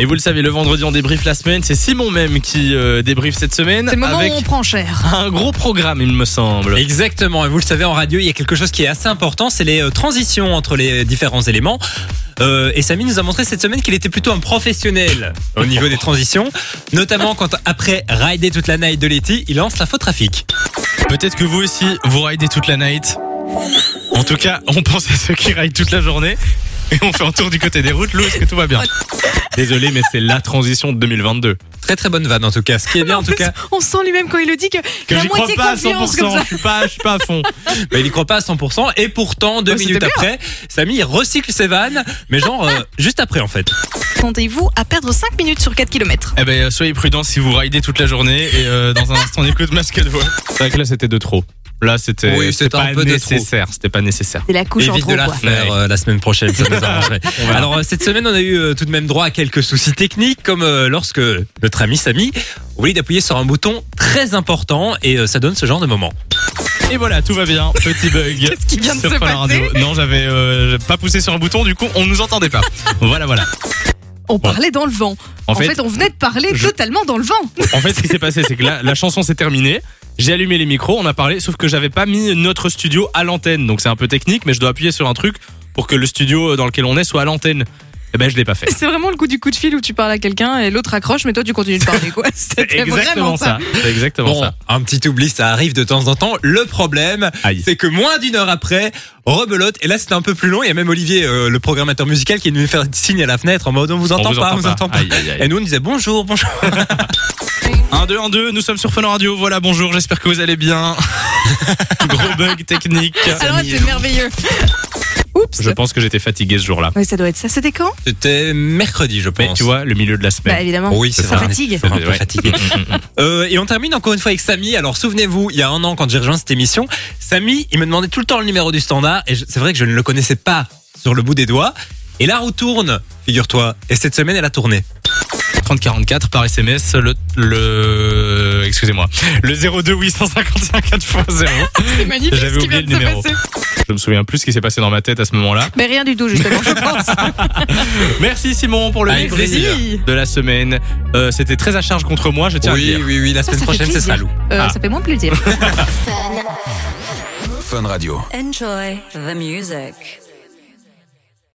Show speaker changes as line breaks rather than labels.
Et vous le savez, le vendredi on débrief la semaine, c'est Simon même qui euh, débriefe cette semaine
C'est le moment
avec
où on prend cher.
un gros programme il me semble.
Exactement, et vous le savez, en radio, il y a quelque chose qui est assez important, c'est les euh, transitions entre les différents éléments. Euh, et Samy nous a montré cette semaine qu'il était plutôt un professionnel au niveau des transitions, notamment quand après rider toute la night de Letty, il lance l'infotrafic.
Peut-être que vous aussi vous ridez toute la night. En tout cas, on pense à ceux qui rident toute la journée. Et on fait un tour du côté des routes, Lou, est-ce que tout va bien Désolé, mais c'est la transition de 2022.
Très très bonne vanne en tout cas. Ce qui
Ah,
est bien en tout cas,
On sent lui-même quand il le dit que,
Que
la
j'y crois
moitié
pas à
confiance comme
100%,
ça.
je suis pas, je suis pas à fond.
bah, il y croit pas à 100%, et pourtant, deux
Ouais, c'était
minutes
bien.
après, Samy il recycle ses vannes, mais genre euh, juste après en fait.
Attendez-vous à perdre 5 minutes sur 4 km.
Eh ben, soyez prudents si vous ridez toute la journée. Et euh, dans un instant, on écoute Masque de Voix. C'est vrai que là, c'était de trop. Là, c'était
Oui,
c'était
c'était un
pas
peu de trop.
nécessaire. C'était pas nécessaire.
C'est la couche en
Évite
trop.
de la
quoi.
faire
Ouais.
euh, la semaine prochaine, ça nous arrangerait.
On verra.
Alors euh, cette semaine, on a eu euh, tout de même droit à quelques soucis techniques, comme euh, lorsque notre ami Samy oublie d'appuyer sur un bouton très important et euh, ça donne ce genre de moment.
Et voilà, tout va bien. Petit bug.
Qu'est-ce qui vient de
sur
se
Fun
passer
Radio. Non, j'avais euh, j'avais pas poussé sur un bouton, du coup, on nous entendait pas. voilà, voilà.
On parlait dans le vent.
En,
En fait,
fait,
on venait de parler
je-
totalement dans le vent.
en fait, ce qui s'est passé, c'est que là, la chanson s'est terminée. J'ai allumé les micros, on a parlé, sauf que j'avais pas mis notre studio à l'antenne. Donc c'est un peu technique, mais je dois appuyer sur un truc pour que le studio dans lequel on est soit à l'antenne. Et ben, je l'ai pas fait.
C'est vraiment le coup du coup de fil où tu parles à quelqu'un et l'autre accroche, mais toi tu continues de parler. quoi. C'était vraiment ça.
C'est exactement
Bon,
ça.
un petit oubli, ça arrive de temps en temps. Le problème,
Aïe.
c'est que moins d'une heure après, rebelote. Et là, c'était un peu plus long. Il y a même Olivier, euh, le programmateur musical, qui est venu nous faire signe à la fenêtre en mode on vous entend
vous
pas,
entend
on vous
pas.
entend pas.
Aïe, aïe, aïe.
Et nous, on disait bonjour, bonjour.
1, 2, 1, 2, nous sommes sur Fun Radio. Voilà, bonjour, j'espère que vous allez bien. Gros bug technique.
Alors, c'est merveilleux. Oups.
Je pense que j'étais fatigué ce jour-là.
Ouais, ça doit être ça. C'était quand
C'était mercredi, je pense.
Mais tu vois, le milieu de la semaine.
Bah, évidemment.
Oui, c'est
ça
ça.
fatigue.
un peu
Ouais.
fatigué.
mm,
Euh, et on termine encore une fois avec Samy. Alors souvenez-vous, il y a un an quand j'ai rejoint cette émission, Samy, il me demandait tout le temps le numéro du standard et je- c'est vrai que je ne le connaissais pas sur le bout des doigts. Et la roue tourne, figure-toi. Et cette semaine, elle a tourné.
3044 par SMS le le excusez-moi le 02 855 4x0
C'est magnifique
J'avais
ce qui
oublié
vient
le
de se
numéro.
passer.
je me souviens plus ce qui s'est passé dans ma tête à ce moment-là
Mais rien du tout, justement, je pense.
merci Simon pour le
Avec
débrief
plaisir.
de la semaine Euh, c'était très à charge contre moi je tiens à le dire
oui, oui. La
Ça, ça fait plaisir. Euh,
Ah.
Ça fait moins plaisir.
Enjoy the music.